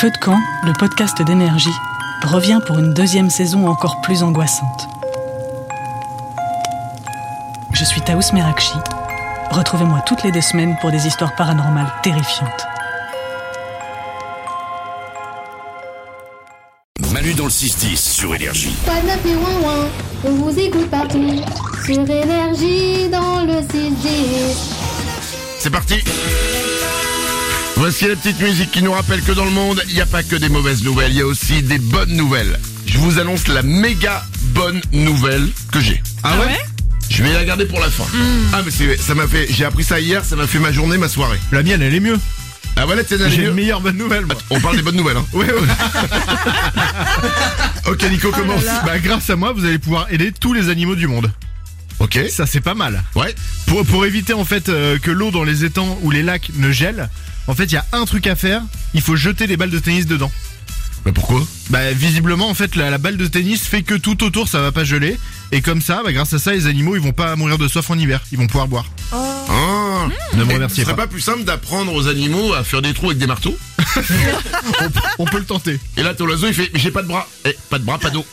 Feu de camp, le podcast d'énergie, revient pour une deuxième saison encore plus angoissante. Je suis Taous Merakchi. Retrouvez-moi toutes les deux semaines pour des histoires paranormales terrifiantes. Manu dans le 6-10 sur Énergie. Pas de neuf ni ouin ouin, e on vous écoute partout. Sur énergie dans le 6 C'est parti Voici la petite musique qui nous rappelle que dans le monde, il n'y a pas que des mauvaises nouvelles, il y a aussi des bonnes nouvelles. Je vous annonce la méga bonne nouvelle que j'ai. Ah, ouais, Je vais la garder pour la fin. Ah mais c'est ça m'a fait j'ai appris ça hier, ça m'a fait ma journée, ma soirée. La mienne, elle est mieux. Ah voilà, t'es J'ai une meilleure bonne nouvelle, moi. On parle des bonnes nouvelles hein. OK Nico commence. Bah, grâce à moi, vous allez pouvoir aider tous les animaux du monde. OK. Ça, c'est pas mal. Ouais. Pour, pour éviter, en fait, euh, que l'eau dans les étangs ou les lacs ne gèle, en fait, il y a un truc à faire. Il faut jeter des balles de tennis dedans. Mais pourquoi Bah, visiblement, en fait, la, la balle de tennis fait que tout autour, ça va pas geler. Et comme ça, bah, grâce à ça, les animaux, ils vont pas mourir de soif en hiver. Ils vont pouvoir boire. Ah. Ne me Et Ce remerciez serait pas. pas plus simple d'apprendre aux animaux à faire des trous avec des marteaux On peut le tenter. Et là, ton oiseau, il fait, mais j'ai pas de bras. Eh, pas de bras, pas d'eau.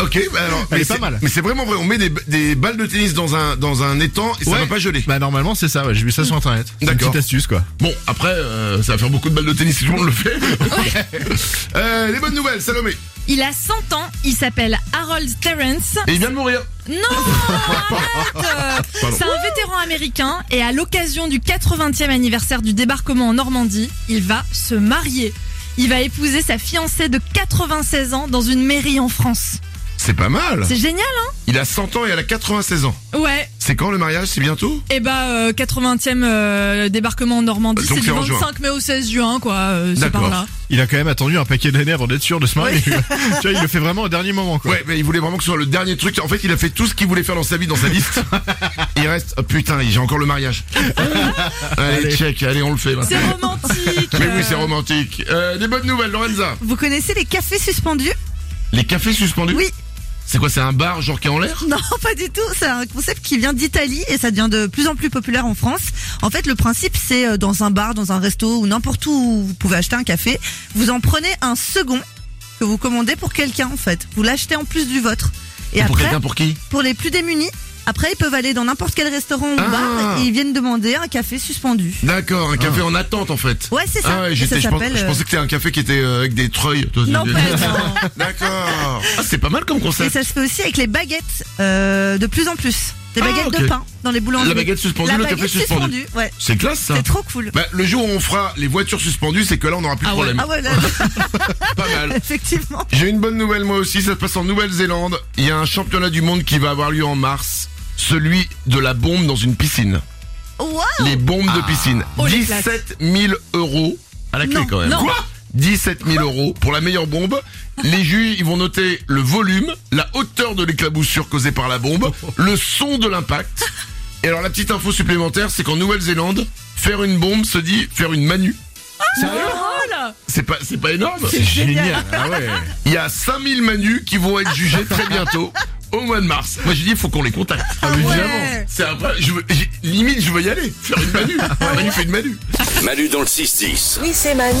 ok, bah alors. Elle mais est pas c'est- mal. Mais c'est vraiment vrai. On met des, des balles de tennis dans un, dans un étang et ça Ouais. va pas geler. Hmm. Bah, normalement, c'est ça. ouais, J'ai vu ça sur internet. C'est une D'accord. petite astuce, quoi. Bon, après, euh, ça va faire beaucoup de balles de tennis si tout le monde le fait. euh, les bonnes nouvelles, Salomé. Il a 100 ans, il s'appelle Harold Terrence. Et il vient de mourir. Non arrête Pardon. C'est un vétéran américain et à l'occasion du 80e anniversaire du débarquement en Normandie, il va se marier. Il va épouser sa fiancée de 96 ans dans une mairie en France. C'est pas mal. C'est génial, Il a 100 ans et elle a 96 ans. hein Ouais. C'est quand le mariage C'est bientôt Et bah, euh, 80e euh, débarquement en Normandie, Euh, donc c'est du c'est en 25 juin. mai au 16 juin, quoi. euh, c'est D'accord. par là. Il a quand même attendu un paquet d'années avant d'être sûr de se marier. tu vois, il le fait vraiment au dernier moment, quoi. Ouais, mais il voulait vraiment que ce soit le dernier truc. En fait, il a fait tout ce qu'il voulait faire dans sa vie, dans sa liste. il reste, oh, putain, j'ai encore le mariage. allez, Allez. check, allez, on le fait. maintenant. C'est romantique. Mais oui, euh. c'est romantique. Euh, des bonnes nouvelles, Lorenza. Vous connaissez les cafés suspendus Les cafés suspendus Oui. C'est quoi, c'est un bar genre qui est en l'air Non, pas du tout. C'est un concept qui vient d'Italie et ça devient de plus en plus populaire en France. En fait, le principe, c'est euh, dans un bar, dans un resto ou n'importe où où vous pouvez acheter un café, vous en prenez un second que vous commandez pour quelqu'un en fait. Vous l'achetez en plus du vôtre. Et Ah, Pour après, quelqu'un pour qui pour les plus démunis, après ils peuvent aller dans n'importe quel restaurant ou Ah. bar et ils viennent demander un café suspendu. D'accord, un café en attente en fait. Ah. Ouais, c'est ça. Ah ouais, Et j'étais- ça je, pense- s'appelle, je euh, pensais que c'était un café qui était euh, avec des treuils. Toi, Non, des- pas attends. D'accord. Ah, c'est pas mal comme euh, Et concept. ça se fait aussi avec les baguettes euh, de plus en plus. Des Ah, baguettes ok. de pain dans les boulangeries. La baguette suspendue, La le baguette café suspendu. suspendue, ouais. C'est classe ça. C'est trop cool. Bah, le jour où on fera les voitures suspendues, c'est que là on aura plus de Ah ouais. problème. Ah ouais, là, Pas mal. effectivement. J'ai une bonne nouvelle moi aussi, ça se passe en Nouvelle-Zélande. Il y a un championnat du monde qui va avoir lieu en mars. Celui de la bombe dans une piscine. Wow. Les bombes de piscine. Oh, les 17 000 euros à la clé Non, quand même. non. Quoi 17 000 euros pour la meilleure bombe. Les juges, ils vont noter le volume, la hauteur de l'éclaboussure causée par la bombe, le son de l'impact. Et alors la petite info supplémentaire, c'est qu'en Nouvelle-Zélande, faire une bombe se dit faire une manu. Voilà. C'est pas, c'est pas énorme Génial. Ah ouais. Il y a 5000 manus qui vont être jugés très bientôt. Au mois de mars. Moi j'ai dit il faut qu'on les contacte. Évidemment. C'est un vrai- je veux- j'ai- limite je veux y aller. Faire une manu. Manu fait une manu. Manu dans le 6-10. Oui, c'est Manu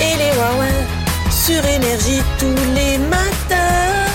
et les Wawa sur Énergie tous les matins.